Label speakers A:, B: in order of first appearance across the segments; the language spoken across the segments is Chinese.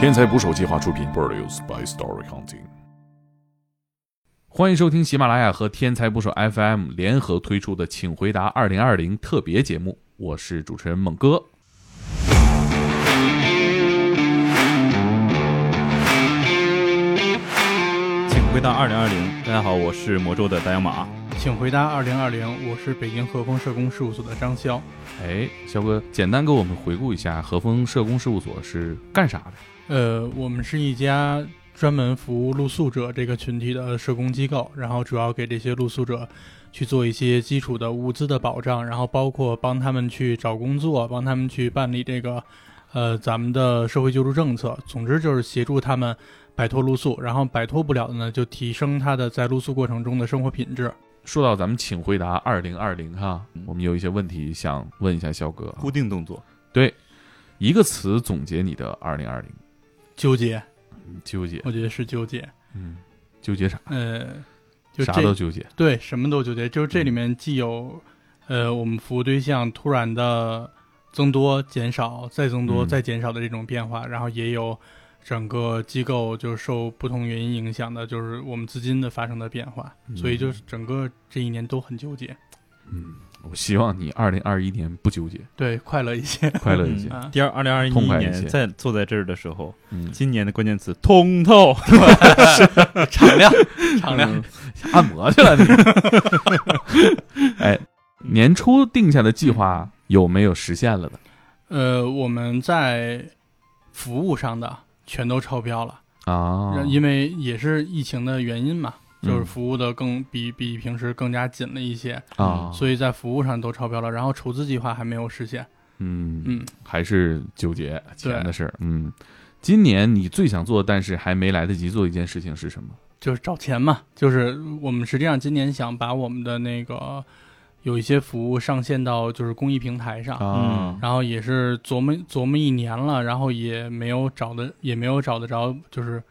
A: 天才捕手计划出品，Produced by Story Hunting。
B: 欢迎收听喜马拉雅和天才捕手 FM 联合推出的《请回答2020》特别节目，我是主持人猛哥。
C: 请回答二零二零，大家好，我是魔咒的大洋马。
D: 请回答二零二零，我是北京和风社工事务所的张潇。
B: 哎，肖哥，简单给我们回顾一下和风社工事务所是干啥的？
D: 呃，我们是一家专门服务露宿者这个群体的社工机构，然后主要给这些露宿者去做一些基础的物资的保障，然后包括帮他们去找工作，帮他们去办理这个呃咱们的社会救助政策。总之就是协助他们摆脱露宿，然后摆脱不了的呢，就提升他的在露宿过程中的生活品质。
B: 说到咱们《请回答2020》哈，我们有一些问题想问一下肖哥啊，
C: 固定动作，
B: 一个词总结你的2020，
D: 纠结，
B: 纠结，
D: 我觉得是纠结。
B: 嗯，纠结啥？
D: 呃，就
B: 啥
D: 这
B: 都纠结。
D: 对，什么都纠结，就是这里面既有，呃，我们服务对象突然的增多、减少、再增多、
B: 嗯
D: 再减少的这种变化，然后也有整个机构就受不同原因影响的，就是我们资金的发生的变化，所以就是整个这一年都很纠结。
B: 嗯，我希望你2021年不纠结，
D: 对，快乐一 些。
B: 快乐一些。
D: 啊，
C: 第二二零二一
B: 痛快一些
C: 年在坐在这儿的时候，
B: 嗯，
C: 今年的关键词通透。
D: 敞亮，敞亮。
B: 嗯按摩去了你。 哎，年初定下的计划有没有实现了的
D: 呃，我们在服务上的全都超标了。
B: 啊？
D: 因为也是疫情的原因嘛，就是
B: 嗯
D: 服务的更比比平时更加紧了一些，
B: 啊，
D: 嗯所以在服务上都超标了。然后筹资计划还没有实现，
B: 嗯
D: 嗯，
B: 还是纠结钱
D: 对
B: 的事儿。嗯，今年你最想做但是还没来得及做的一件事情是什么？
D: 就是找钱嘛，就是我们实际上今年想把我们的那个有一些服务上线到就是公益平台上。
B: 啊
D: 然后也是琢磨琢磨一年了，然后也没有找的，也没有找得着，就是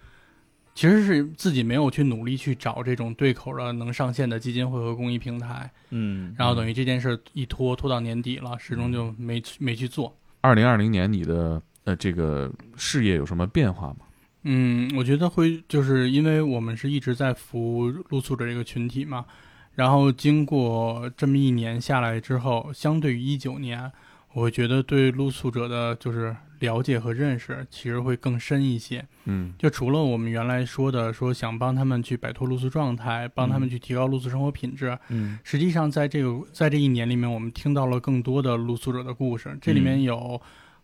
D: 其实是自己没有去努力去找这种对口的能上线的基金会和公益平台，
C: 嗯，
D: 然后等于这件事儿一拖拖到年底了，始终就没去没去做。
B: 二零二零年你的呃这个事业有什么变化吗？
D: 嗯，我觉得会就是因为我们是一直在服务露宿者这个群体嘛，然后经过这么一年下来之后，相对于一九年，我会觉得对露宿者的就是了解和认识其实会更深一些。
B: 嗯
D: 就除了我们原来说的说想帮他们去摆脱露宿状态，帮他们去提高露宿生活品质，
C: 嗯
D: 实际上，在这个在这一年里面，我们听到了更多的露宿者的故事，这里面有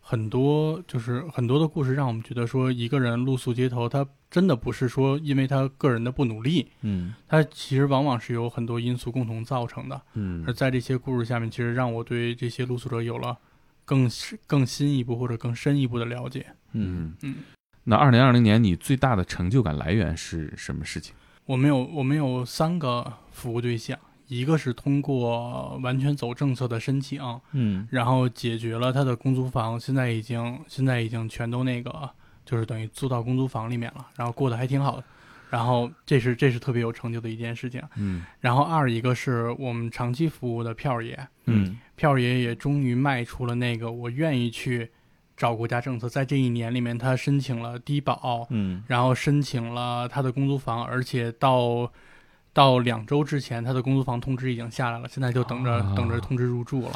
D: 很多就是很多的故事，让我们觉得说，一个人露宿街头，他真的不是说因为他个人的不努力，
C: 嗯
D: 他其实往往是有很多因素共同造成的。而
C: 嗯
D: 在这些故事下面，其实让我对这些露宿者有了更更新一步或者更深一步的了解。
C: 嗯，
D: 嗯，
B: 那二零二零年你最大的成就感来源是什么事情？
D: 我们有我们有三个服务对象，一个是通过完全走政策的申请。
C: 嗯
D: 然后解决了他的公租房，现在已经现在已经全都那个，就是等于租到公租房里面了，然后过得还挺好的。然后这是这是特别有成就的一件事情。
B: 嗯
D: 然后二一个是我们长期服务的票爷，
C: 嗯
D: 票爷也终于迈出了那个我愿意去找国家政策，在这一年里面，他申请了低保，
C: 嗯
D: 然后申请了他的公租房，而且到。到两周之前，他的公租房通知已经下来了，现在就等着、
B: 啊
D: 等着通知入住了。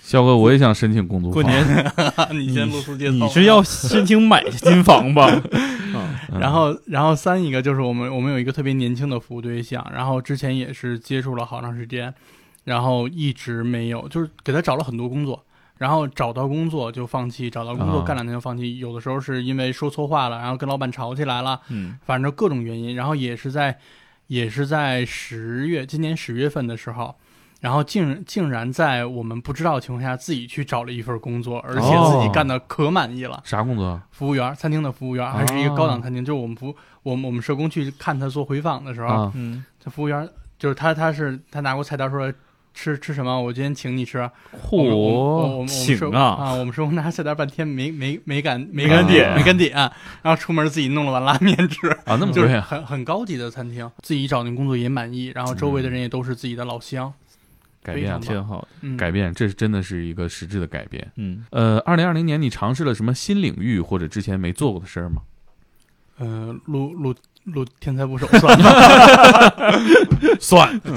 B: 肖哥，我也想申请公租
C: 过
B: 房。
C: 年
D: 你
C: 先
D: 露宿街
C: 你是要申请买新房 吧？啊
B: 嗯
D: 然后，然后三一个就是我们我们有一个特别年轻的服务对象，然后之前也是接触了好长时间，然后一直没有，就是给他找了很多工作，然后找到工作就放弃，找到工作
B: 啊
D: 干两天就放弃，有的时候是因为说错话了，然后跟老板吵起来了，
C: 嗯
D: 反正各种原因，然后也是在也是在十月今年十月份的时候。然后竟竟然在我们不知道的情况下，自己去找了一份工作，而且自己
B: 哦
D: 干的可满意了。
B: 啥工作？啊
D: 服务员，餐厅的服务员，还是一个高档餐厅。就是我们服我们我们社工去看他做回访的时候，
B: 啊，
C: 嗯，
D: 这服务员就是他，他是他拿过菜单说吃吃什么，我今天请你吃。
B: 哦
D: 我们我
B: 嚯，
D: 们我们我们
C: 请
D: 社
C: 啊
D: 啊！我们社工拿菜单半天没没没敢没
C: 敢点
D: 没敢点，啊然后出门自己弄了碗拉面吃，
B: 啊，那么
D: 就
B: 贵
D: 是
B: 啊！
D: 很很高级的餐厅，自己找那工作也满意，然后周围的人也都是自己的老乡。
B: 改变
D: 非
B: 了
D: 常棒
C: 挺好的。
D: 嗯，
B: 改变，这是真的是一个实质的改变。
C: 嗯，
B: 呃，二零二零年你尝试了什么新领域或者之前没做过的事儿吗？
D: 呃，录录录天才捕手算了，
B: 算，
D: 对，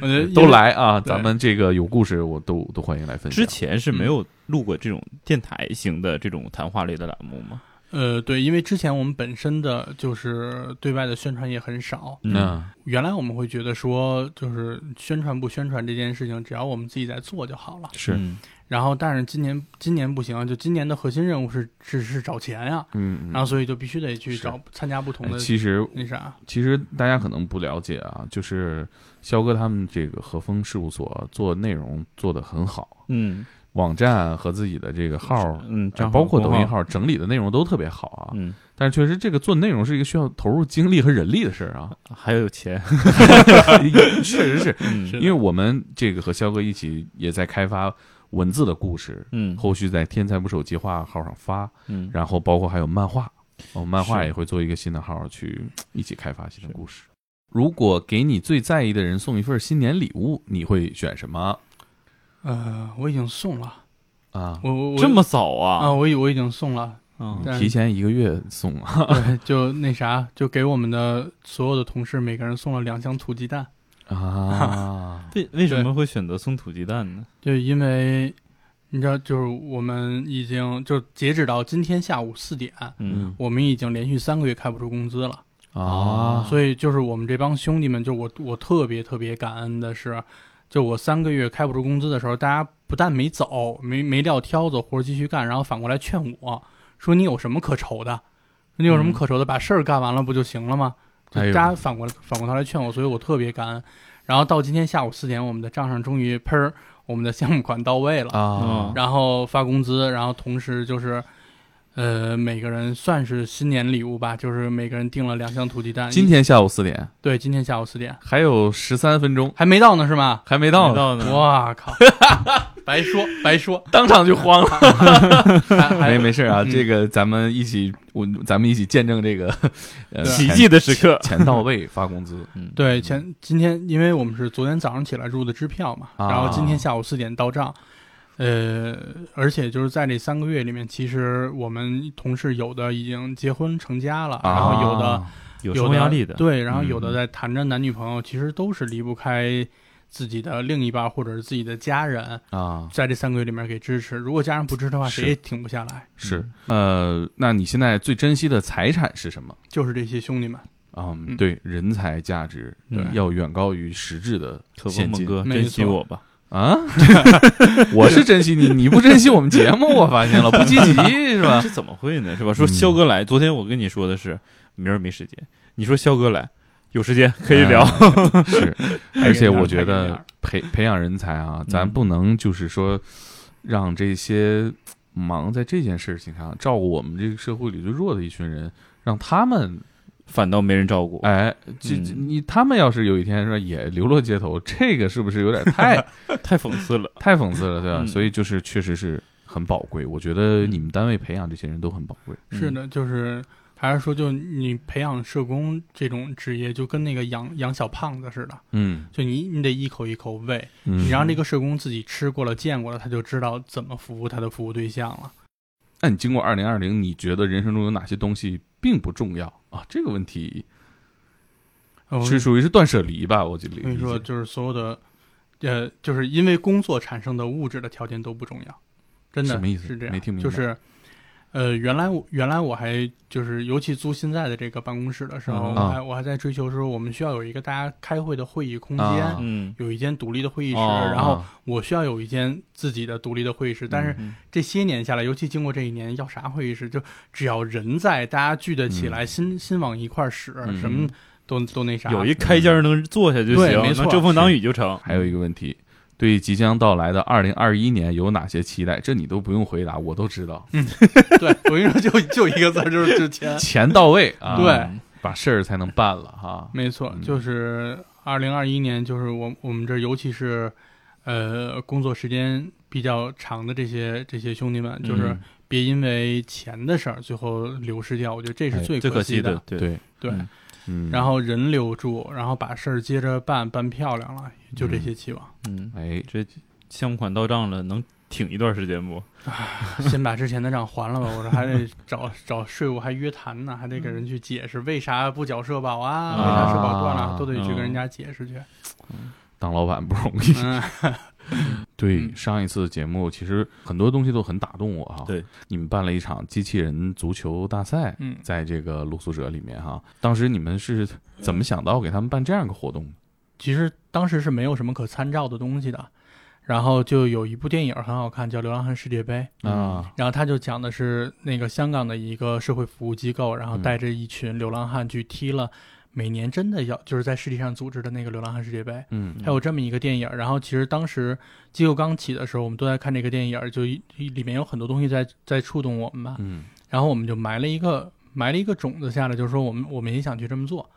D: 我觉得因为
B: 都，来啊！
D: 呃对
B: 咱们这个有故事，我都都欢迎来分享
C: 之。前是没有录过这种电台型的这种谈话类的栏目吗？
D: 呃，对，因为之前我们本身的就是对外的宣传也很少，
B: 嗯，
D: 原来我们会觉得说，就是宣传不宣传这件事情，只要我们自己在做就好了。
B: 是，
C: 嗯
D: 然后，但是今年今年不行啊，就今年的核心任务是只是找钱呀、
B: 嗯，
D: 然后所以就必须得去
B: 是
D: 找参加不同
B: 哎
D: 的
B: 其实
D: 那啥，
B: 其实大家可能不了解啊，就是肖哥他们这个和风事务所做内容做得很好，
C: 嗯
B: 网站和自己的这个号，哎
C: 嗯，账
B: 包括抖音
C: 号，
B: 号整理的内容都特别好啊。
C: 嗯，
B: 但是确实，这个做内容是一个需要投入精力和人力的事儿啊。
C: 还有 钱，
B: 确实是
C: 嗯
B: 因为我们这个和肖哥一起也在开发文字的故事，
C: 嗯
B: 后续在天才捕手计划号上发，
C: 嗯，
B: 然后包括还有漫画，哦，漫画
C: 是
B: 也会做一个新的号去一起开发新的故事。如果给你最在意的人送一份新年礼物，你会选什么
D: 呃，我已经送了，
B: 啊？
D: 我我我
C: 这么早啊
D: 啊，？我已我已经送了，
C: 啊
D: 但
B: 嗯提前一个月送啊？
D: 对， 就那啥，就给我们的所有的同事每个人送了两箱土鸡蛋，
B: 啊
C: 为为什么会选择送土鸡蛋呢？
D: 就因为你知道，就是我们已经就截止到今天下午四点，
B: 嗯
D: 我们已经连续三个月开不出工资了，
B: 啊！
D: 所以就是我们这帮兄弟们，就我我特别特别感恩的是，就我三个月开不出工资的时候，大家不但没走，没没撂挑子，活儿继续干，然后反过来劝我说：“你有什么可愁的？你有什么可愁的？把事儿干完了不就行了吗？”
B: 嗯
D: 就
B: 哎呦
D: 大家反过来反过头来劝我，所以我特别感恩。然后到今天下午四点，我们的账上终于喷儿，我们的项目款到位了，
B: 啊
C: 嗯，
D: 然后发工资，然后同时就是。呃，每个人算是新年礼物吧，就是每个人订了两箱土鸡蛋。
B: 今天下午四点，
D: 对，今天下午四点
B: 还有十三分钟，
D: 还没到呢，是吗？
B: 还没到
C: 没
B: 呢，
C: 到呢，
D: 哇靠，白说白说，
B: 当场就慌了。
D: 还还
B: 没没事啊，
D: 嗯
B: 这个咱们一起，我咱们一起见证这 个呃
C: 奇迹的时刻。
B: 钱钱到位发工资，
C: 嗯，
D: 对前今天，因为我们是昨天早上起来入的支票嘛，
B: 啊
D: 然后今天下午四点到账。呃，而且就是在这三个月里面，其实我们同事有的已经结婚成家了，然后有的
B: 啊
C: 有
D: 有
C: 生活压力的，
D: 对，然后
B: 嗯
D: 有的在谈着男女朋友，其实都是离不开自己的另一半或者是自己的家人，
B: 啊
D: 在这三个月里面给支持。如果家人不支持的话，
B: 是
D: 谁也停不下来，
B: 是
D: 嗯
B: 呃，那你现在最珍惜的财产是什么？
D: 就是这些兄弟们。
B: 嗯，
D: 嗯
B: 对，人才价值
C: 对
B: 要远高于实质的
C: 可不，
B: 现
C: 猛
B: 金
C: 哥
D: 没
C: 珍惜
D: 错
C: 我吧。
B: 啊！ 我是珍惜你，你不珍惜我们节目，我发现了，不积极是吧？
C: 这怎么会呢？是吧？说
B: 嗯
C: 肖哥来，昨天我跟你说的是明儿没时间，你说肖哥来有时间可以聊。
B: 嗯是，而且我觉
D: 太给面
B: 得
D: 儿
B: 培培养人才啊，咱
C: 嗯
B: 不能就是说让这些忙在这件事情上照顾我们这个社会里最弱的一群人，让他们
C: 反倒没人照顾。
B: 哎，这这
C: 嗯
B: 你他们要是有一天说也流落街头，这个是不是有点太
C: 太讽刺了。
B: 太讽刺了，对吧？
C: 嗯
B: 所以就是确实是很宝贵，我觉得你们单位培养这些人都很宝贵。
D: 是的，就是还是说，就你培养社工这种职业，就跟那个养养小胖子似的，
B: 嗯
D: 就你你得一口一口喂，
B: 嗯
D: 你，让这个社工自己吃过了、见过了，他就知道怎么服务他的服务对象了。
B: 那你经过二零二零，你觉得人生中有哪些东西并不重要啊？这个问题
D: 呃我
B: 是属于是断舍离吧？我觉得
D: 跟你说，
B: 理解
D: 就是所有的，呃，就是因为工作产生的物质的条件都不重要，真的
B: 什么意思
D: 是这样，
B: 没听明白
D: 就是。呃，原来我原来我还就是，尤其租现在的这个办公室的时候，
B: 嗯
D: 我还我还在追求说，我们需要有一个大家开会的会议空间，
B: 啊
C: 嗯，
D: 有一间独立的会议室，
C: 哦
D: 然后我需要有一间自己的独立的会议室。但是
C: 嗯
D: 这些年下来，尤其经过这一年，要啥会议室？就只要人在，大家聚得起来，心心往一块儿使，
B: 嗯
D: 什么都都那啥。
C: 嗯有一开间儿能坐下就
D: 对
C: 行，
D: 没错
C: 能遮风挡雨就成。
B: 还有一个问题，对即将到来的二零二一年有哪些期待？这你都不用回答，我都知道。。
D: 嗯 对我跟你说，就就一个字儿，就是就是钱
B: 钱到位啊，
C: 嗯
D: 对，
B: 把事儿才能办了哈。
D: 没错
B: 嗯，
D: 就是二零二一年，就是我我们这儿尤其是，呃，工作时间比较长的这些这些兄弟们，就是
B: 嗯
D: 别因为钱的事儿最后流失掉，我觉得这是
B: 哎
D: 最
C: 最可惜
D: 惜
C: 的，对
B: 对，
D: 对
C: 嗯，嗯，
D: 然后人留住，然后把事儿接着办，办漂亮了，就这些期望。
C: 嗯，
B: 哎，
C: 这项目款到账了，能挺一段时间不？
D: 先把之前的账还了吧，我说还得找 找税务，还约谈呢，还得给人去解释为啥不缴社保啊，为啥社保断了，
B: 啊
D: 都得去
C: 嗯
D: 跟人家解释去。
B: 当老板不容易。
D: 嗯，
B: 对
D: 嗯
B: 上一次节目，其实很多东西都很打动我哈。
C: 对，
B: 你们办了一场机器人足球大赛，
D: 嗯
B: 在这个露宿者里面哈，当时你们是怎么想到给他们办这样一个活动的？
D: 其实当时是没有什么可参照的东西的，然后就有一部电影很好看，叫《流浪汉世界杯》。
B: 啊，
D: 然后他就讲的是那个香港的一个社会服务机构，
B: 嗯
D: 然后带着一群流浪汉去踢了每年真的要就是在世界上组织的那个流浪汉世界杯，
B: 嗯
D: 还有这么一个电影。然后其实当时机构刚起的时候，我们都在看这个电影，就一里面有很多东西在在触动我们吧。
B: 嗯
D: 然后我们就埋了一个埋了一个种子下来，就是说我们我们也想去这么做。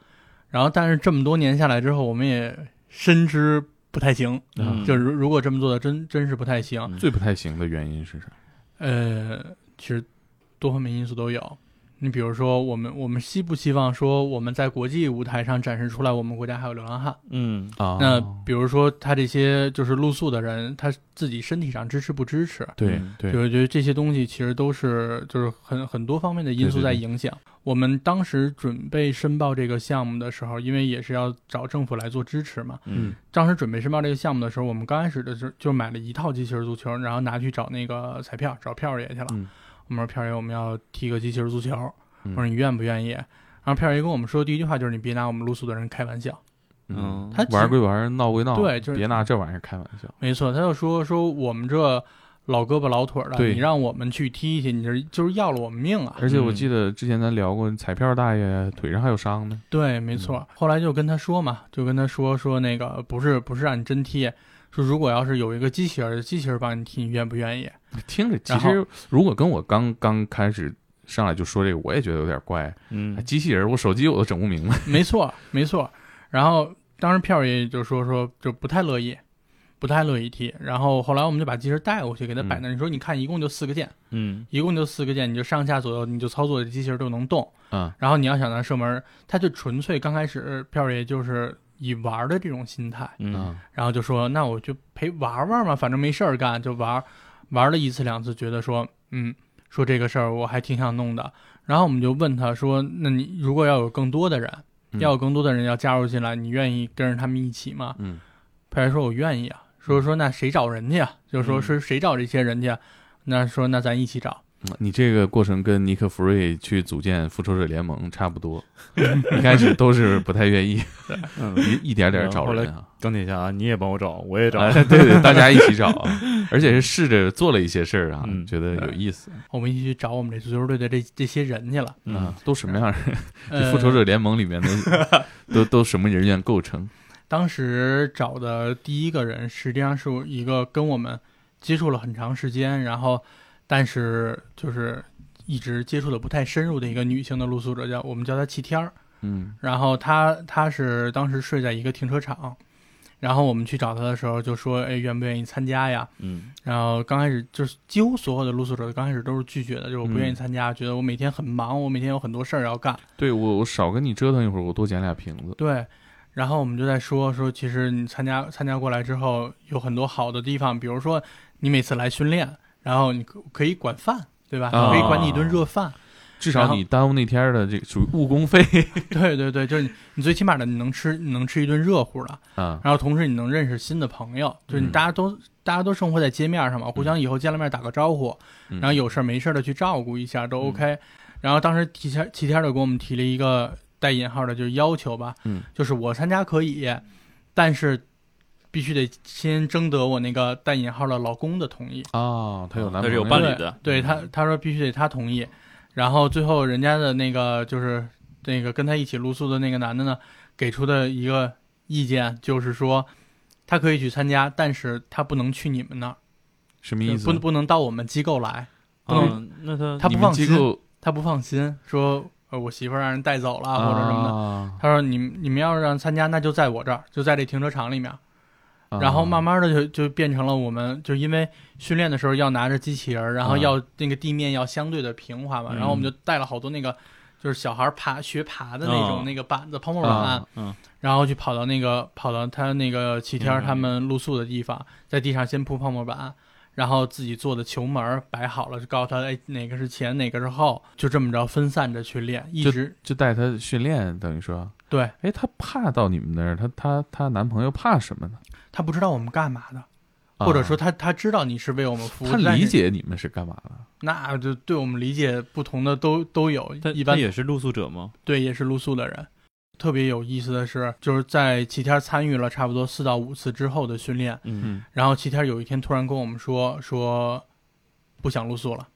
D: 然后但是这么多年下来之后，我们也深知不太行，
C: 嗯
D: 就是如如果这么做的真真是不太行。
C: 嗯
B: 最不太行的原因是啥？
D: 呃，其实多方面因素都有。你比如说，我们我们希不希望说我们在国际舞台上展示出来，我们国家还有流浪汉？
C: 嗯
B: 啊，
D: 那比如说他这些就是露宿的人，他自己身体上支持不支持？
B: 对
C: 嗯
B: 对
D: 就，是觉得这些东西其实都是就是很很多方面的因素
B: 对对
D: 在
B: 对
D: 影响。我们当时准备申报这个项目的时候，因为也是要找政府来做支持嘛，
C: 嗯
D: 当时准备申报这个项目的时候，我们刚开始的时候就买了一套机器人足球，然后拿去找那个彩票，找票爷去了。
B: 嗯
D: 我们说票爷，我们要踢个机器人足球，
B: 嗯
D: 我说你愿不愿意？然后票爷跟我们说的第一句话就是：“你别拿我们露宿的人开玩笑。
B: 嗯，
D: 他其实
B: 玩归玩，闹归闹，
D: 对就是
B: 别拿这玩意儿开玩笑。”
D: 没错，他就说说我们这老胳膊老腿儿的，
B: 对
D: 你让我们去踢去，你这就是要了我们命啊！
B: 而且我记得之前咱聊过，彩票大爷腿上还有伤 呢。
D: 对，没错。
B: 嗯
D: 后来就跟他说嘛，就跟他说说那个不是不是让你真踢，说如果要是有一个机器人，机器人帮你踢，你愿不愿意？
B: 听着，其
D: 然后
B: 实如果跟我刚刚开始上来就说这个，我也觉得有点怪。哎
C: 嗯
B: 机器人，我手机我都整不明白。
D: 没错，没错。然后当时票爷就说说就不太乐意，不太乐意踢。然后后来我们就把机器人带过去给他摆那儿，你说你看一共就四个键，
C: 嗯
D: 一共就四个键，你就上下左右你就操作这机器人就能动。
B: 嗯
D: 然后你要想让射门，他就纯粹刚开始票爷就是以玩儿的这种心态。
C: 嗯，
D: 然后就说那我就陪玩玩嘛，反正没事儿干，就玩儿玩了一次两次，觉得说嗯，说这个事儿我还挺想弄的。然后我们就问他说，那你如果要有更多的人，
B: 嗯
D: 要有更多的人要加入进来，你愿意跟着他们一起吗？
B: 嗯，
D: 佩莱说我愿意啊。说说那谁找人去啊？就说
C: 嗯
D: 是谁找这些人去啊？那说那咱一起找。
B: 你这个过程跟尼克弗瑞去组建复仇者联盟差不多， 一开始都是不太愿意，
C: 嗯
B: 一一点点找人啊。
C: 钢铁侠，你也帮我找，我也找，
B: 啊对对，大家一起找啊，而且是试着做了一些事儿啊，
C: 嗯
B: 觉得有意思。
D: 我们一起去找我们这足球队的这这些人去了。
C: 嗯
B: 啊，都什么样儿？
D: 呃
B: 复仇者联盟里面的 都都什么人员构成？
D: 当时找的第一个人，实际上是一个跟我们接触了很长时间，然后但是就是一直接触的不太深入的一个女性的露宿者，叫我们叫她齐天儿。
B: 嗯
D: 然后她她是当时睡在一个停车场，然后我们去找她的时候就说，哎，愿不愿意参加呀？
C: 嗯
D: 然后刚开始就是几乎所有的露宿者刚开始都是拒绝的，就是我不愿意
B: 嗯
D: 参加，觉得我每天很忙，我每天有很多事儿要干。，
B: 对我我少跟你折腾一会儿，我多捡俩瓶子。
D: 对，然后我们就在说说，其实你参加参加过来之后，有很多好的地方，比如说你每次来训练，然后你可可以管饭，对吧？
B: 啊
D: 可以管你一顿热饭。
B: 至
D: 然
B: 少
D: 后
B: 你耽误那天儿的这个属于误工 费
D: 对对对，就是你你最起码的你能吃，你能吃一顿热乎的，
B: 啊。
D: 然后同时你能认识新的朋友，就是你
B: 嗯
D: 大家都、大家都生活在街面上嘛，互相以后见了面打个招呼，然后
B: 有
D: 有事儿没事儿的去照顾一下
B: 嗯
D: 都 OK。然后当时提前齐天儿就给我们提了一个带引号的，就是要求吧，
B: 嗯
D: 就是我参加可以，但是必须得先征得我那个带引号的老公的同意。
B: 啊，他有男
C: 他
B: 朋
C: 是
B: 友
C: 有伴侣的，
B: 嗯
D: 对他，他说必须得他同意。然后最后人家的那个就是那个跟他一起露宿的那个男的呢，给出的一个意见就是说，他可以去参加，但是他不能去你们那儿，
B: 什么意思？
D: 不不能到我们机构来，
C: 嗯，那他
D: 他
B: 你
D: 不
B: 们
D: 放
B: 机
D: 心。
B: 构
D: 他不放心，说呃我媳妇儿让人带走了、啊或者什么的。
B: 么
D: 他说你们你们要是让参加，那就在我这儿，就在这停车场里面。
B: 的
D: 然后慢慢的就就变成了我们就因为训练的时候要拿着机器人儿，然后
B: 啊
D: 要那个地面要相对的平滑嘛，
C: 嗯
D: 然后我们就带了好多那个。就是小孩爬学爬的那
B: 啊
D: 种
C: 哦
D: 那个板子泡沫板，
C: 嗯，
D: 然后去跑到那个跑到他那个齐天儿他们露宿的地方，在地上先铺泡沫板，然后自己做的球门儿摆好了，就告诉他哎哪个是前哪个是后，就这么着分散着去练，一直
B: 就带她训练，等于说，
D: 对
B: 哎，她怕到你们那儿，她她她男朋友怕什么呢？
D: 他不知道我们干嘛的，或者说他他知道你是为我们服务，
B: 她
D: 但是
B: 啊理解你们是干嘛的？
D: 那就对我们理解不同的都都有
C: 他，
D: 一般
C: 他也是露宿者吗？
D: 对，也是露宿的人。特别有意思的是，就是在齐天参与了差不多四到五次之后的训练，
C: 嗯，
D: 然后齐天有一天突然跟我们说说不想露宿了，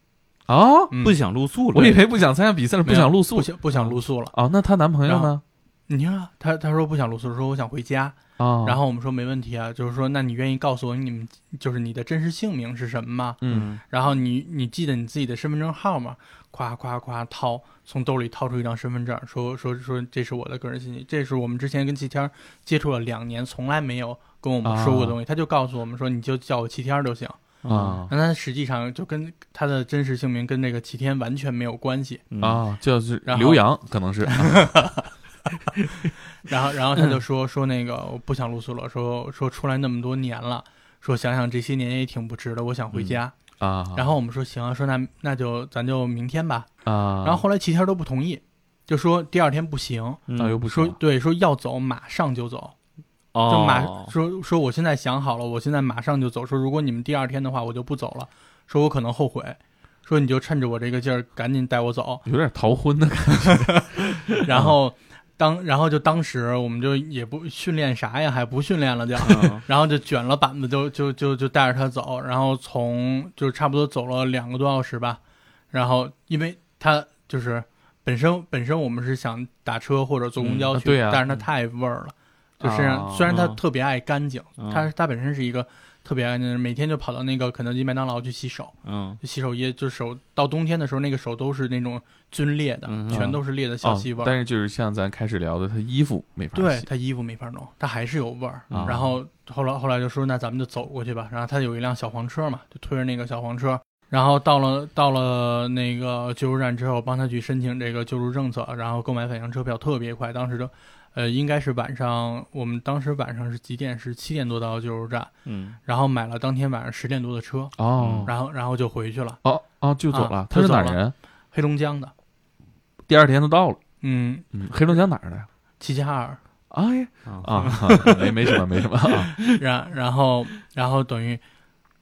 B: 哦，
D: 嗯
C: 不想露宿了。
B: 我以为不想参加比赛了，不想露宿
D: 不。想不想露宿了。
B: 哦，那她男朋友呢？
D: 你看啊他他说不想露宿，说我想回家。
B: 哦，
D: 然后我们说没问题啊，就是说那你愿意告诉我你们就是你的真实姓名是什么吗？
B: 嗯，
D: 然后你你记得你自己的身份证号吗？夸夸夸掏，从兜里掏出一张身份证，说说说这是我的个人信息，这是我们之前跟齐天儿接触了两年，从来没有跟我们说过的东西，他就告诉我们说你就叫我齐天儿就行。
B: 啊
D: 那他实际上就跟他的真实姓名跟这个齐天完全没有关系。
C: 嗯，
B: 啊，就是
D: 然后
B: 刘洋可能 是
D: 然后然后他就说说那个我不想露宿了，说说出来那么多年了。说想想这些年也挺不值的，我想回家。
B: 啊，
D: 然后我们说行啊，说那那就咱就明天吧。
B: 啊，
D: 然后后来齐天儿都不同意，就说第二天不行，
C: 嗯
B: 那又不
D: 说
B: 说
D: 对，说要走马上就走，就
C: 哦，
D: 马、说说我现在想好了，我现在马上就走。说如果你们第二天的话，我就不走了，说我可能后悔。说你就趁着我这个劲儿，赶紧带我 走。
B: 有点逃婚的感觉。
D: 然后当然后就当时我们就也不训练啥呀，还不训练了就，
C: 嗯
D: 然后就卷了板子就就就就带着他走，然后从就差不多走了两个多小时吧，然后因为他就是本身本身我们是想打车或者坐公
B: 嗯
D: 交
B: 啊
D: 去，
B: 对啊
D: 但是他太味儿了，就身上、
B: 啊
D: 虽然他
C: 嗯
D: 特别爱干净，
C: 嗯
D: 他他本身是一个特别爱干净的人，每天就跑到那个肯德基、麦当劳去洗手，
C: 嗯
D: 洗手液就手到冬天的时候那个手都是那种皲裂的，
C: 嗯
D: 全都是裂的小
B: 哦
D: 细，纹。
B: 但是就是像咱开始聊的，她衣服没法
D: 对
B: 洗
D: 他衣服没法弄，他还是有味儿。
B: 啊
D: 然后后来后来就说那咱们就走过去吧。然后他有一辆小黄车嘛，就推着那个小黄车。然后到了到了那个救助站之后，帮他去申请这个救助政策，然后购买返乡车票，特别快。当时就，呃，应该是晚上，我们当时晚上是几点？是七点多到救助站，
C: 嗯
D: 然后买了当天晚上十点多的车，
B: 哦
D: 嗯然后然后就回去了，
B: 哦哦，就走了
D: 啊。
B: 她是
D: 就走
B: 哪儿
D: 了
B: 人？
D: 黑龙江的，
B: 第二天就到了。
D: 嗯，
B: 嗯，黑龙江哪儿的呀？
D: 齐齐哈尔，
B: 哎
C: 啊，
B: 啊，没没什么，没什么啊。
D: 然然后然后等于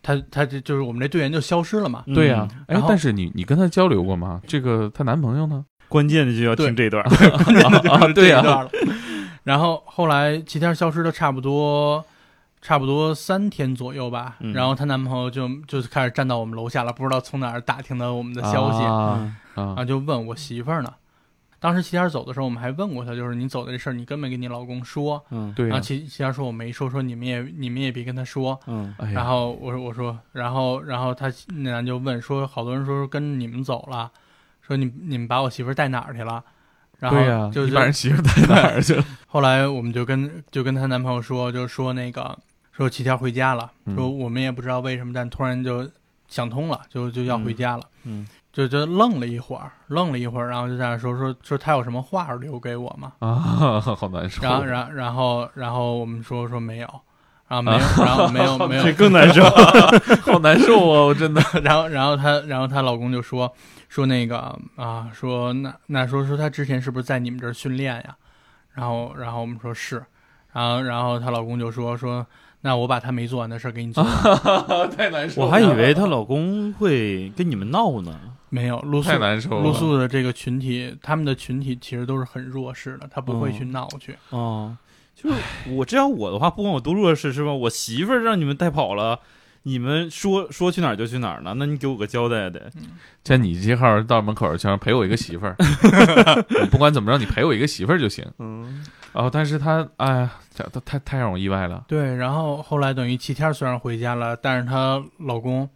D: 他他就就是我们这队员就消失了嘛，
C: 嗯
B: 对呀，哎
D: 嗯然，后
B: 但是你你跟她交流过吗？这个她男朋友呢？
C: 关键的就要听这段，
B: 啊，对
D: 这一
B: 呀，
D: 段了。然后后来齐天消失的差不多，差不多三天左右吧。
C: 嗯
D: 然后她男朋友就就开始站到我们楼下了，不知道从哪儿打听到我们的消息，然
B: 啊
C: 嗯
B: 啊
D: 后就问我媳妇儿呢。当时齐天走的时候，我们还问过她，就是你走的这事儿，你跟没跟你老公说？
C: 嗯
B: 对啊
D: 然
B: 呀
D: 后，齐齐天说我没说，说你们也你们也别跟他说。
C: 嗯
B: 哎呀
D: 然后我说我说，然后然后他那男就问说，好多人说跟你们走了，说你你们把我媳妇儿带哪儿去了？然
B: 对呀
D: 后，就
B: 你
D: 就
B: 把人媳妇 带哪儿去了？
D: 后来我们就跟就跟她男朋友说，就说那个说齐天回家了，
B: 嗯
D: 说我们也不知道为什么，但突然就想通了，就就要回家了，
C: 嗯
D: 就就愣了一会儿，愣了一会儿，然后就在那说说说他有什么话留给我吗？
B: 啊，好难受。
D: 然后然后然后然后我们说说没有，然后没有，然后没有没有，
C: 这更难受。
B: 好难受啊！我 真的。
D: 然后，然后她，然后她老公就说说那个啊，说那那说说她之前是不是在你们这儿训练呀？然后，然后我们说是，然后，然后她老公就说说那我把她没做完的事儿给你做完，
B: 太难受了
C: 我还以为她老公会跟你们闹呢。
D: 没有露宿
B: 太难受了。
D: 露宿的这个群体，他们的群体其实都是很弱势的，他不
B: 嗯
D: 会去闹去。
C: 哦，就是我这要我的话，不管我多弱势是吧？我媳妇儿让你们带跑了，你们说说去哪儿就去哪儿呢？那你给我个交代得。
B: 像你这号到门口想陪我一个媳 妇儿，你不管怎么着，你陪我一个媳妇儿就行。
C: 嗯
B: 哦，但是他，哎呀，这他太太让我意外了。
D: 对，然后后来等于齐天儿虽然回家了，但是她老公，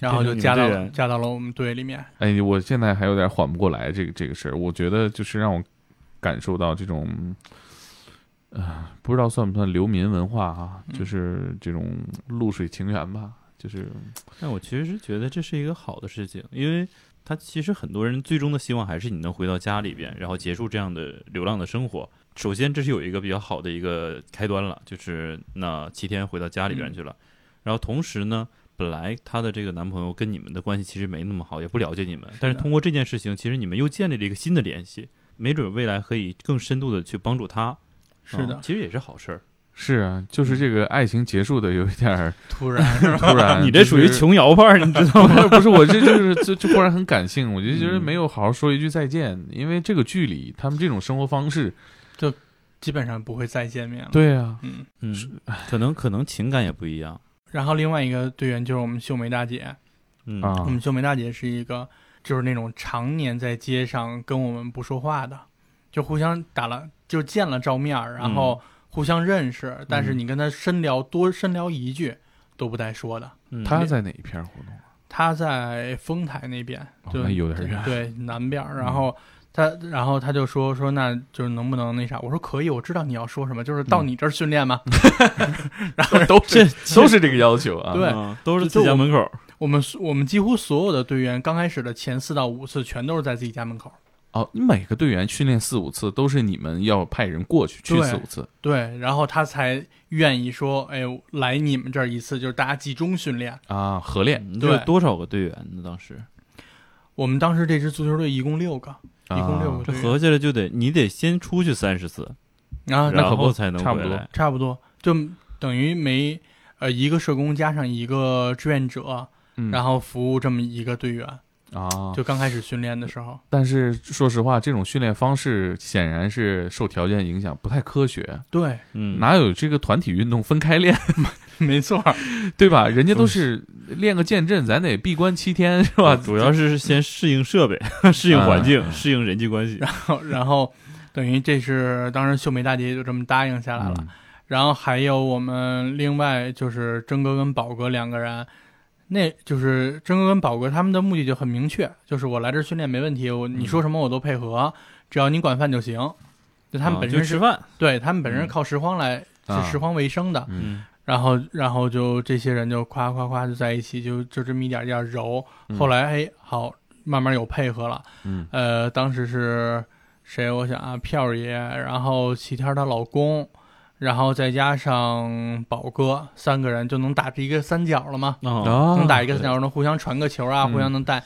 D: 然后就
C: 变
D: 加
C: 成你
D: 到
C: 们
D: 了加到了我们队里面。
B: 哎，我现在还有点缓不过来这个这个事儿。我觉得就是让我感受到这种，呃，不知道算不算流民文化啊，
D: 嗯
B: 就是这种露水情缘吧，就是
C: 但我其实是觉得这是一个好的事情，因为他其实很多人最终的希望还是你能回到家里边，然后结束这样的流浪的生活。首先，这是有一个比较好的一个开端了，就是那七天回到家里
D: 嗯
C: 边去了。然后同时呢，本来她的这个男朋友跟你们的关系其实没那么好，也不了解你们，但是通过这件事情，其实你们又建立了一个新的联系，没准未来可以更深度的去帮助她。
B: 哦
D: 是
C: 啊
D: 的，
C: 其实也是好事儿。
B: 是啊，就是这个爱情结束的有一点 儿
D: 突然是吧？
B: 突然，
C: 你这属于
B: 就是
C: 琼瑶范儿，你知道吗？
B: 不是不是，我这就是就就忽然很感性，我就觉得
C: 嗯
B: 没有好好说一句再见，因为这个剧里他们这种生活方式，
D: 基本上不会再见面了。，
B: 对啊，
D: 嗯。
C: 嗯，可能可能情感也不一样。
D: 然后另外一个队员就是我们秀梅大姐，
C: 嗯
B: 啊
D: 我，们秀梅大姐是一个就是那种常年在街上跟我们不说话的，就互相打了就见了照面儿，
B: 嗯
D: 然后互相认识，但是你跟她深聊多深聊一句都不带说的。
C: 嗯
B: 他在哪一片活动啊？
D: 她在丰台那边，
B: 哦
D: 就、
B: 那有点远嗯
D: 对南边儿。然后她，然后她就说说，那就是能不能那啥？我说可以，我知道你要说什么，就是到你这儿训 练嘛。然后都
C: 这
B: 嗯都是这个要求啊。
D: 对
C: 啊都是
D: 就
C: 自家
D: 我
C: 门口儿。
D: 我们我们几乎所有的队员刚开始的前四到五次全都是在自己家门口。
B: 哦，你每个队员训练四五次，都是你们要派人过去去
D: 对
B: 四五次。
D: 对，然后他才愿意说，哎，来你们这儿一次，就是大家集中训练。
B: 啊，合练，
C: 你这有
D: 对
C: 多少个队员呢？当时
D: 我们当时这支足球队一共六个，一共六
B: 啊
D: 个
C: 这
D: 队员，
C: 合起来就得你得先出去三十次，
D: 啊，
B: 那可
C: 然
B: 不
C: 后才能
B: 差不
C: 回
B: 多
C: 来。
D: 差不多就等于没呃一个社工加上一个志愿者，
B: 嗯
D: 然后服务这么一个队员。
B: 啊，
D: 就刚开始训练的时候，
B: 但是说实话，这种训练方式显然是受条件影响，不太科学。
D: 对，
C: 嗯，
B: 哪有这个团体运动分开练，
D: 没错，
B: 对吧？人家都是练个剑阵，咱得闭关七天，是吧？
C: 主要是先适应设备、适应环境、适应人际关系。
D: 然后等于这是当时秀梅大姐也就这么答应下来了。
B: 嗯
D: 然后还有我们另外就是真哥跟宝哥两个人，那就是真哥跟宝哥他们的目的就很明确，就是我来这儿训练没问题，我你说什么我都配合，只要你管饭就行。就他们
C: 啊
D: 本
C: 就
D: 身
C: 吃
D: 是、
C: 饭，
D: 对他们本身是
C: 嗯
D: 靠拾荒来、
B: 啊
D: 是拾荒为生的，
B: 嗯，
D: 然后然后就这些人就夸夸夸就在一起，就就这么一点一点揉。
B: 嗯
D: 后来哎好，慢慢有配合了，
B: 嗯
D: 呃，当时是谁？我想啊，票儿爷，然后齐天儿她老公，然后再加上宝哥，三个人就能打这一个三角了嘛？
C: 啊，
B: 啊，嗯
D: 能打一个三角，能互相传个球啊，互相能带，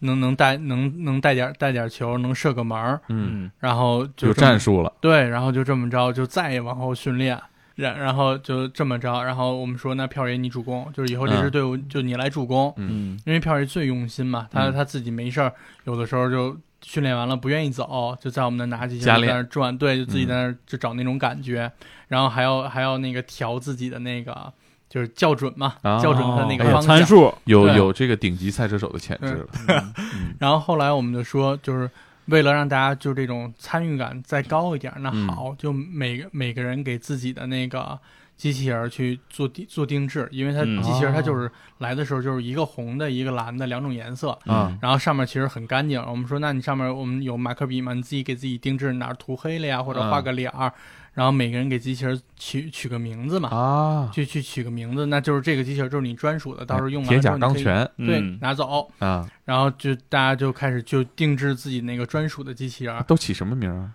D: 能能带能能带点带点球，能射个门儿，
B: 嗯，
C: 嗯，
D: 然后就
B: 有
D: 这么
B: 战术了，
D: 对，然后就这么着，就再也往后训练。然然后就这么着，然后我们说那票儿爷你主攻，就是以后这支
B: 嗯
D: 队伍就你来主攻，
C: 嗯，
D: 因为票爷最用心嘛，他
B: 嗯
D: 他自己没事儿，有的时候就训练完了不愿意走，就在我们那拿起
B: 加
D: 枪在
B: 练嗯
D: 那儿转，对，就自己在那儿就找那种感觉，然后还要还要那个调自己的那个就是校准嘛，
B: 啊
D: 校准他那个
B: 哎呀
D: 方向。
C: 哦参数，嗯
B: 有
D: 对
B: 有这个顶级赛车手的潜质了。
D: 然后后来我们就说，就是为了让大家就这种参与感再高一点，那
B: 嗯
D: 好，就每个每个人给自己的那个。机器人儿去做定做定制，因为它
C: 嗯
D: 机器人儿它
B: 哦
D: 就是来的时候就是一个红的，一个蓝的两种颜色，
B: 啊
D: 然后上面其实很干净。我们说，那你上面我们有马克笔嘛？你自己给自己定制哪儿涂黑了呀，或者画
B: 嗯
D: 个脸儿，然后每个人给机器人取取个名字嘛，
B: 啊，哎
D: 去去取个名字，那就是这个机器人就是你专属的，到时候用完
B: 铁
D: 了之
B: 甲
D: 后
B: 钢
D: 你可以
B: 拳
C: 嗯
D: 对拿走，
B: 啊，
D: 然后就大家就开始就定制自己那个专属的机器人儿。
B: 啊都起什么名儿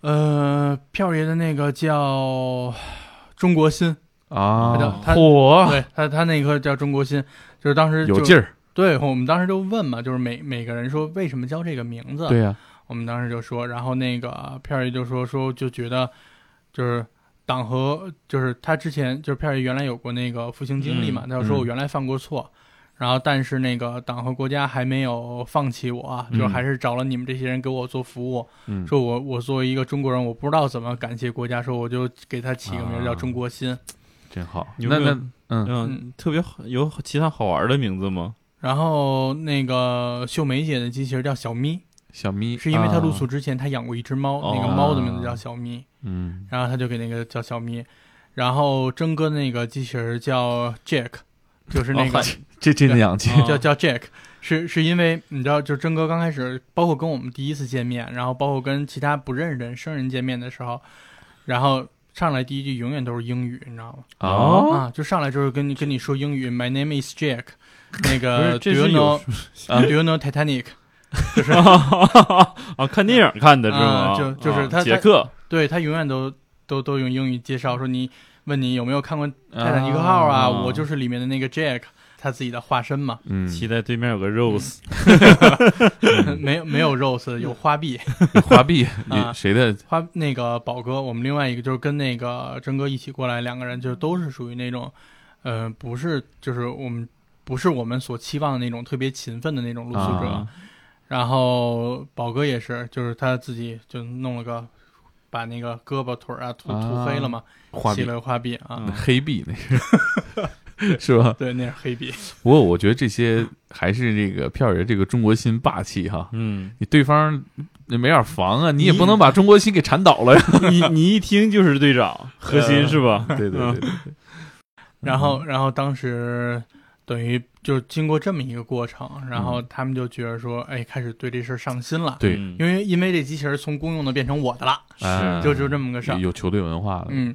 D: 呃，票爷的那个叫中国心，
B: 啊
D: 他叫
B: 啊？
D: 他
B: 火
D: 对他他那个叫中国心，就是当时
B: 有
D: 就
B: 劲儿，
D: 对我们当时就问嘛，就是每每个人说为什么叫这个名字？
B: 对呀，
D: 我们当时就说，然后那个片儿爷就说说就觉得就是党和就是他之前就是片儿爷原来有过那个服刑经历嘛，
C: 嗯
D: 他就说我原来犯过错，然后但是那个党和国家还没有放弃我啊，
B: 嗯
D: 就还是找了你们这些人给我做服务，
B: 嗯，
D: 说我我作为一个中国人，我不知道怎么感谢国家，说我就给他起个名儿
B: 啊
D: 叫中国心，
B: 真好。
C: 有
B: 那
C: 没有
B: 那嗯，
C: 嗯，特别好，有其他好玩的名字吗？
D: 然后那个秀梅姐的机器人叫小咪，
B: 小咪
D: 是因为她露
B: 啊
D: 宿之前她养过一只猫，
C: 哦
D: 那个猫的名字叫小咪。
B: 嗯
D: 然后他就给那个叫小咪，然后征哥那个机器人叫 Jack，就是那个、
C: 哦
B: 这这两期
C: 啊
D: 叫叫 Jack，是是因为你知道，就征哥刚开始，包括跟我们第一次见面，然后包括跟其他不认识人生人见面的时候，然后上来第一句永远都是英语，你知道吗？
B: 哦
D: 啊，就上来就是跟你跟你说英语，My name is Jack，那
C: 不
D: 个
C: 是
D: Do
C: 这
D: you
C: 是有
D: know Do you know Titanic？就是
C: 啊，看电影看的是吗？
D: 啊就就是
C: 啊
D: 他
C: 杰克，
D: 对他永远都都都用英语介绍说你问你有没有看过《泰坦尼克号》啊，我就是里面的那个 Jack，他自己的化身嘛。
B: 嗯，
C: 期待对面有个 Rose，
D: 没有没有 Rose，有花臂，
B: 花臂，你
D: 啊
B: 谁的？
D: 花那个宝哥，我们另外一个就是跟那个真哥一起过来，两个人就都是属于那种，呃，不是就是我们不是我们所期望的那种特别勤奋的那种露宿者。
B: 啊
D: 然后宝哥也是，就是他自己就弄了个。把那个胳膊腿儿啊涂涂黑了嘛，
B: 花
D: 起
B: 臂，
D: 了个花臂啊，
C: 嗯
B: 黑臂那是是 吧？
D: 对，那是黑臂。
B: 不过我觉得这些还是这个票爷这个中国心霸气哈，
C: 嗯，
B: 你对方那没法防啊，你也
C: 你
B: 不能把中国心给铲倒了呀。
C: 你你一听就是队长，核心是吧？
B: 对对对对，
D: 然
B: 嗯
D: 后，然后当时等于就经过这么一个过程，然
B: 嗯
D: 后他们就觉得说，哎，开始对这事儿上心了，
B: 对
C: 嗯
D: 因为因为这机器人从公用的变成我的了，
B: 啊
D: 就就这么个事儿。
B: 有球队文化了。
D: 嗯，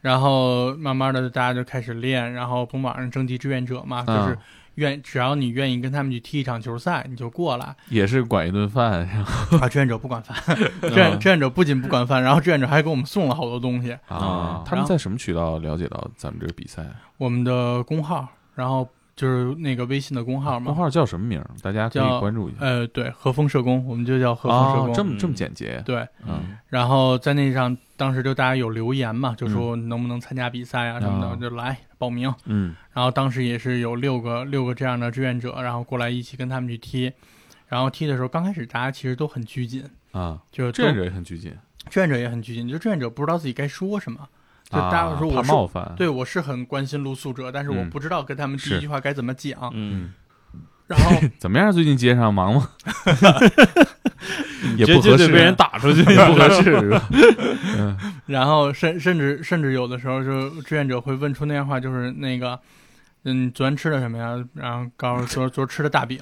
D: 然后慢慢的大家就开始练，然后从网上征集志愿者嘛，就是
B: 啊
D: 愿只要你愿意跟他们去踢一场球赛，你就过 来。
B: 也是管一顿饭，然后
D: 啊，志愿者不管饭，
B: 嗯
D: 志愿志愿者不仅不管饭，然后志愿者还给我们送了好多东西，
B: 啊
C: 啊，
B: 他们在什么渠道了解到咱们这个比赛？
D: 我们的公号，然后就是那个微信的公号嘛
B: 公，号叫什么名儿？大家可以
D: 叫
B: 关注一下。
D: 呃，对，和风社工，我们就叫和风社
B: 啊
D: 工。，
B: 这么这么简洁，
D: 对，
B: 嗯
D: 然后在那上，当时就大家有留言嘛，就说能不能参加比赛啊什么的，
B: 啊
D: 就来报名。
B: 嗯
D: 然后当时也是有六个六个这样的志愿者，然后过来一起跟他们去踢。然后踢的时候，刚开始大家其实都很拘谨，
B: 啊，
D: 就
B: 志愿
D: 都
B: 者也很拘谨，
D: 志愿者也很拘谨，就志愿者不知道自己该说什么。就
B: 啊
D: 大家说
B: 怕
D: 我是、
B: 冒犯，
D: 对我是很关心露宿者，但是我
B: 嗯
D: 不知道跟他们第
B: 是
D: 一句话该怎 么讲。
C: 嗯，
D: 然后
B: 怎么样？最近街上忙 吗？也
C: 这
B: 不
C: 这
B: 合
C: 得
B: 适，
C: 被人打出去，
B: 也 不合适，是 吧？嗯
D: 然后甚甚至甚至有的时候，就是志愿者会问出那样话，就是那个，嗯，昨天吃的什么呀？然后告诉说昨儿吃的大饼。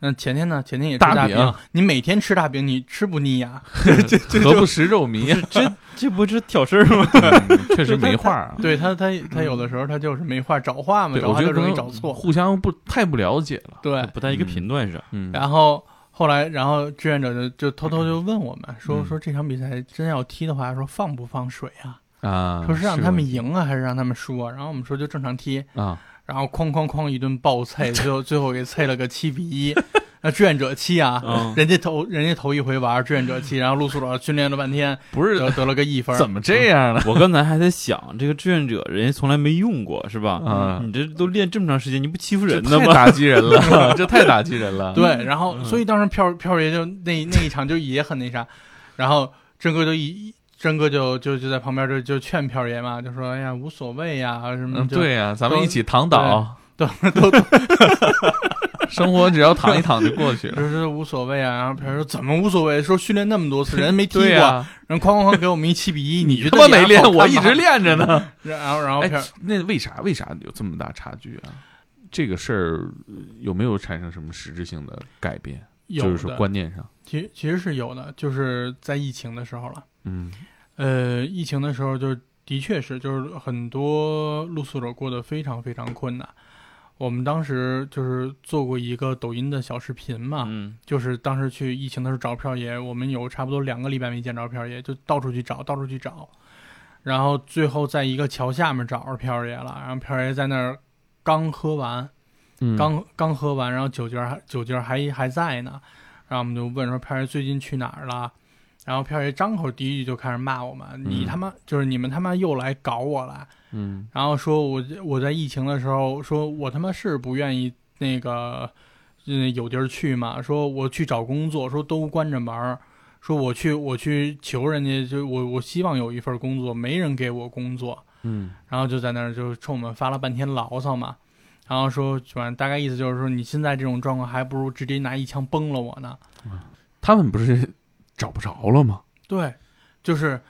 D: 嗯，前天呢？前天也吃
B: 大
D: 大饼。
B: 饼
D: 你每天吃大饼，你吃不腻呀？
B: 何不食肉糜啊？
C: 这这不是挑事儿吗？
B: 嗯确实没话啊。
D: 对他，他他有的时候他就是没话找话嘛，
B: 对，
D: 找
B: 我
D: 话
B: 觉
D: 就
B: 得可
D: 容
B: 能
D: 易找错。
B: 互相不太 不了解了。
D: 对，
C: 不在一个频段上，
B: 嗯，
D: 然后后来，然后志愿者就就偷偷就问我们说
B: 嗯
D: 说这场比赛真要踢的话，说放不放水啊？
B: 啊，
D: 说是让他
B: 吧
D: 们赢啊，还是让他们输啊？然后我们说就正常踢。
B: 啊，
D: 然后哐哐哐一顿暴 菜，最后最后给菜了个七比一。那志愿者七啊，
C: 嗯
D: 人家头人家头一回玩志愿者七，然后陆宿长训练了半天，
B: 不是
D: 得得了个一分。
B: 怎么这样呢？
C: 我刚才还在想，这个志愿者人家从来没用过，是吧？
B: 啊
C: 你这都练这么长时间，你不欺负
B: 这
C: 人呢
B: 太
C: 吗？
B: 打击人了， 这太打击人了。
D: 对，然
B: 嗯
D: 后所以当时票票爷就那那一场就也很那啥，然后真哥就一真哥就就就在旁边就就劝票爷嘛，就说哎呀无所谓呀什么
B: 嗯，
D: 就
B: 对呀，咱们一起躺倒，
D: 都 都都
B: 生活只要躺一躺就过去了。
D: 就是无所谓啊。然后票爷说怎么无所谓？说训练那么多次，人家没踢过，
B: 对呀，
D: 然后哐哐哐给我们一七 比一，你觉
B: 他
D: 得
B: 妈没
D: 脸
B: 练，
D: 好看
B: 我一直
D: 吗。
B: 练着呢。
D: 然后然后
B: 哎
D: 票。，
B: 那为啥为啥有这么大差距啊？这个事儿呃有没有产生什么实质性的改变？
D: 有
B: 就是说
D: 的
B: 观念上，
D: 其实其实是有的，就是在疫情的时候了。
B: 嗯
D: 呃，疫情的时候就的确是，就是很多露宿者过得非常非常困难。我们当时就是做过一个抖音的小视频嘛，
C: 嗯
D: 就是当时去疫情的时候找票爷，我们有差不多两个礼拜没见着票爷，就到处去找，到处去找，然后最后在一个桥下面找着票爷了，然后票爷在那儿刚喝完，
B: 嗯，
D: 刚刚喝完，然后酒劲儿还酒劲儿还还在呢，然后我们就问说片儿最近去哪儿了，然后片儿张口第一句就开始骂我们，你他妈就是你们他妈又来搞我了，
B: 嗯
D: 然后说我我在疫情的时候说我他妈是不愿意那个嗯有地儿去嘛，说我去找工作，说都关着门儿。说我去，我去求人家，就我我希望有一份工作，没人给我工作，
B: 嗯
D: 然后就在那儿就冲我们发了半天牢骚嘛，然后说反正大概意思就是说你现在这种状况还不如直接拿一枪崩了我呢。
B: 他们不是找不着了吗？
D: 对，就是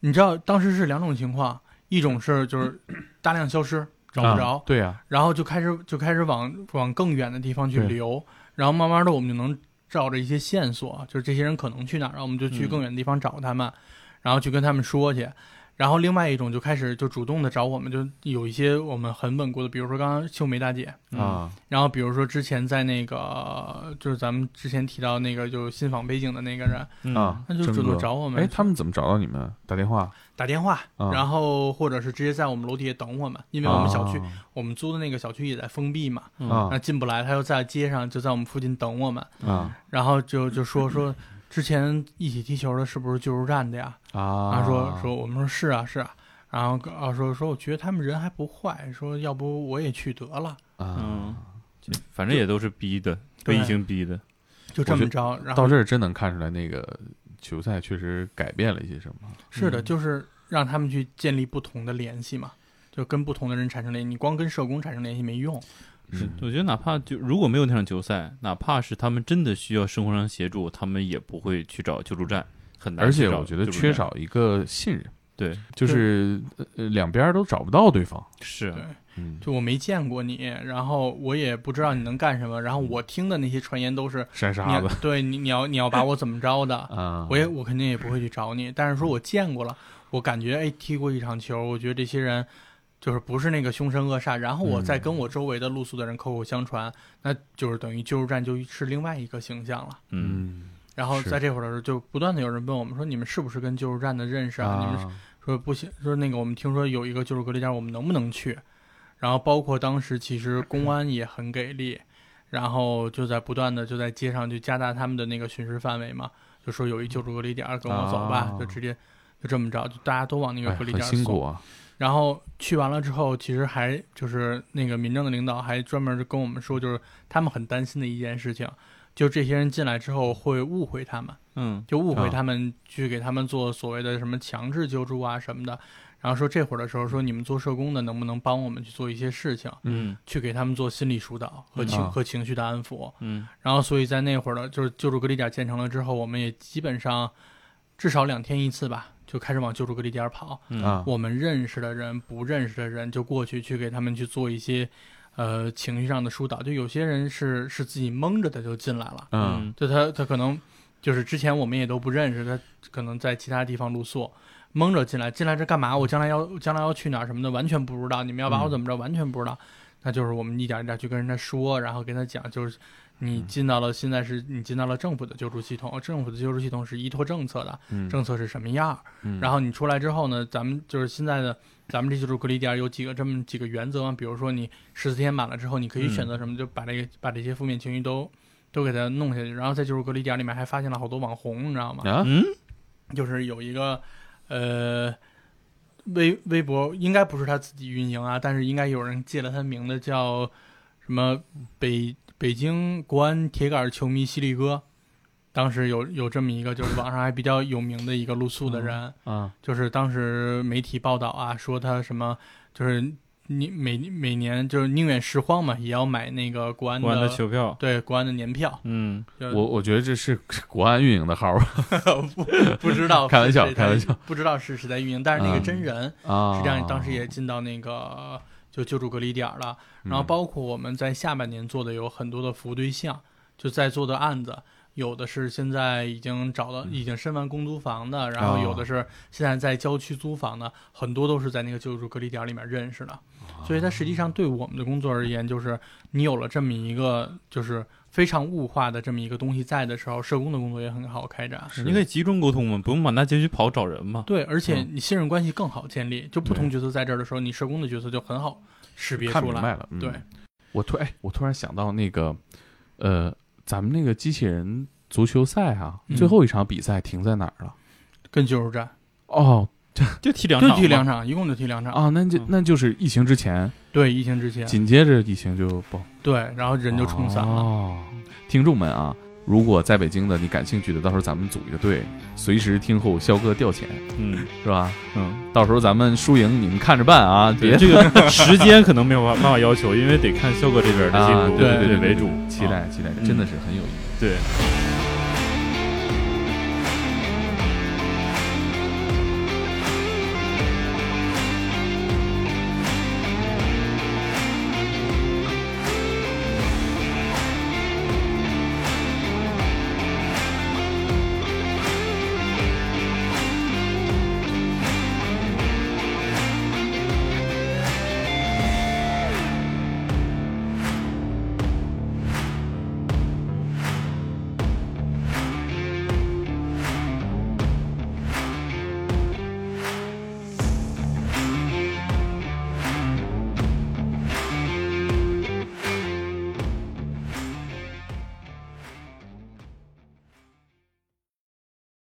D: 你知道当时是两种情况，一种是就是大量消失找不着，
B: 啊对呀，
D: 然后就开始就开始往往更远的地方去
B: 对
D: 流，然后慢慢的我们就能照着一些啊线索，就是这些人可能去哪儿，然后我们就去
C: 嗯
D: 更远的地方找他们，然后去跟他们说去。然后另外一种就开始就主动的找我们，就有一些我们很稳固的，比如说刚刚秀梅大姐，
B: 啊，
D: 然后比如说之前在那个就是咱们之前提到那个就信访北京的那个人，
C: 嗯
B: 啊
D: 他就
B: 真
D: 主动
B: 哥
D: 找我们，
B: 哎，他们怎么找到你们？打电话，
D: 打电话，
B: 啊
D: 然后或者是直接在我们楼底下等我们，因为我们小区、
B: 啊
D: 我们租的那个小区也在封闭嘛，
C: 嗯
B: 啊
D: 那进不来，他又在街上就在我们附近等我们，
B: 啊
D: 然后就就说说之前一起踢球的是不是救助站的呀？
B: 啊
D: 然后说说我们说是啊是啊，然后啊说说我觉得他们人还不坏，说要不我也去得了，
B: 啊，
C: 嗯，就反正也都是逼的，被
D: 对
C: 疫情逼的。
D: 就这么着。然
B: 到
D: 后
B: 这儿真能看出来，那个球赛确实改变了一些什么。
D: 是的，就是让他们去建立不同的联系嘛，就跟不同的人产生联系，你光跟社工产生联系没用。
C: 是
B: 嗯，
C: 我觉得哪怕就如果没有那场球赛，哪怕是他们真的需要生活上协助，他们也不会去找救助站，很难
B: 而
C: 去
B: 且
C: 找救助站。
B: 我觉得缺少一个信任，
C: 对
B: 就是呃呃两边都找不到对方。
C: 是
D: 对
B: 嗯，
D: 就我没见过你，然后我也不知道你能干什么，然后我听的那些传言都是
B: 筛
D: 你
B: 沙
D: 要
B: 子
D: 对你你要你要把我怎么着的，
B: 啊，
D: 我也我肯定也不会去找你，但是说我见过了，我感觉哎踢过一场球，我觉得这些人就是不是那个凶神恶煞，然后我再跟我周围的露宿的人口口相传，那就是等于救助站就是另外一个形象了。
C: 嗯
B: 嗯，
D: 然后
B: 是
D: 在这会儿的时候，就不断的有人问我们说，你们是不是跟救助站的认识啊？你们是说不行，说那个我们听说有一个救助隔离点，我们能不能去？然后包括当时其实 公安也很给力，然后就在不断的就在街上就加大他们的那个巡视范围嘛，就说有一救助隔离点，跟我走吧，
B: 啊
D: 就直接就这么着，就大家都往那个
B: 哎
D: 隔离
B: 很
D: 点
B: 辛苦
D: 送。
B: 啊，
D: 然后去完了之后，其实还就是那个民政的领导还专门跟我们说，就是他们很担心的一件事情，就这些人进来之后会误会他们。
C: 嗯
D: 就误
B: 啊
D: 会他们去给他们做所谓的什么强制救助啊什么的，然后说这会儿的时候说你们做社工的能不能帮我们去做一些事情，
C: 嗯
D: 去给他们做心理疏导和
B: 嗯
D: 情、
B: 啊
D: 和情绪的安抚。
C: 嗯
D: 然后所以在那会儿的就是救助隔离点建成了之后，我们也基本上至少两天一次吧，就开始往救助隔离点跑。
C: 嗯
B: 啊，
D: 我们认识的人、不认识的人就过去去给他们去做一些呃情绪上的疏导。就有些人是是自己蒙着的就进来了。
B: 嗯
D: 就他他可能就是之前我们也都不认识，他可能在其他地方露宿，蒙着进来，进来这干嘛？我将来要将来要去哪儿什么的，完全不知道。你们要把
B: 嗯
D: 我怎么着，完全不知道。那就是我们一点一点去跟人家说，然后跟他讲，就是你进到了现在是你进到了政府的救助系统，政府的救助系统是依托政策的，
B: 嗯，
D: 政策是什么样儿？
B: 嗯
D: 然后你出来之后呢，咱们就是现在的咱们这就是隔离点儿有几个这么几个原则嘛，比如说你十四天满了之后，你可以
B: 嗯
D: 选择什么，就把这个把这些负面情绪都都给它弄下去。然后在就是隔离点儿里面还发现了好多网红，你知道吗？
B: 啊，
C: 嗯
D: 就是有一个呃微微博应该不是他自己运营啊，但是应该有人借了他名字叫什么北北京国安铁杆球迷犀利哥。当时有有这么一个，就是网上还比较有名的一个露宿的人，
C: 嗯
B: 啊
D: 就是当时媒体报道啊，说他什么就是你每每年就是宁愿拾荒嘛，也要买那个
B: 嗯
D: 国安的
C: 国安的球票，
D: 对国安的年票。
C: 嗯
D: 就
B: 我我觉得这是国安运营的号儿
D: 不 不知道
B: 开玩笑
D: 是谁
B: 开玩笑，
D: 不知道是谁在运营，但是那个真人
B: 啊，
D: 实际上当时也进到那个就救助隔离点了。
B: 嗯，
D: 然后包括我们在下半年做的有很多的服务对象，就在做的案子，有的是现在已经找
B: 嗯
D: 到、已经申完公租房的，然后
B: 哦
D: 有的是现在在郊区租房的，很多都是在那个救助隔离点里面认识的，
B: 啊
D: 所以它实际上对我们的工作而言，就是你有了这么一个就是非常物化的这么一个东西在的时候，社工的工作也很好开展。
B: 是
C: 你可以集中沟通嘛，不用满大街去跑找人嘛。
D: 对，而且
B: 嗯
D: 你信任关系更好建立，就不同
B: 对
D: 角色在这儿的时候，你社工的角色就很好识别
B: 看
D: 出
B: 明
D: 来。
B: 白了，嗯
D: 对，
B: 我突哎，我突然想到那个，呃，咱们那个机器人足球赛啊，
D: 嗯
B: 最后一场比赛停在哪儿了？
D: 跟救助站
B: 哦
C: 就踢两
D: 就
C: 场，
D: 踢两，场，一共就踢两场。
B: 啊，那就
C: 嗯
B: 那就是疫情之前，
D: 对，疫情之前，
B: 紧接着疫情就爆，
D: 对，然后人就冲散了。
B: 哦，听众们啊，如果在北京的你感兴趣的，到时候咱们组一个队，随时听候肖哥调遣，
C: 嗯
B: 是吧？
C: 嗯，
B: 到时候咱们输赢你们看着办啊，别
C: 对，这个时间可能没有办法要求，因为得看肖哥这边的进
B: 啊，
C: 度
B: 对对
C: 为主，
B: 期
C: 啊
B: 待期待，
C: 嗯
B: 真的是很有意义。
C: 对。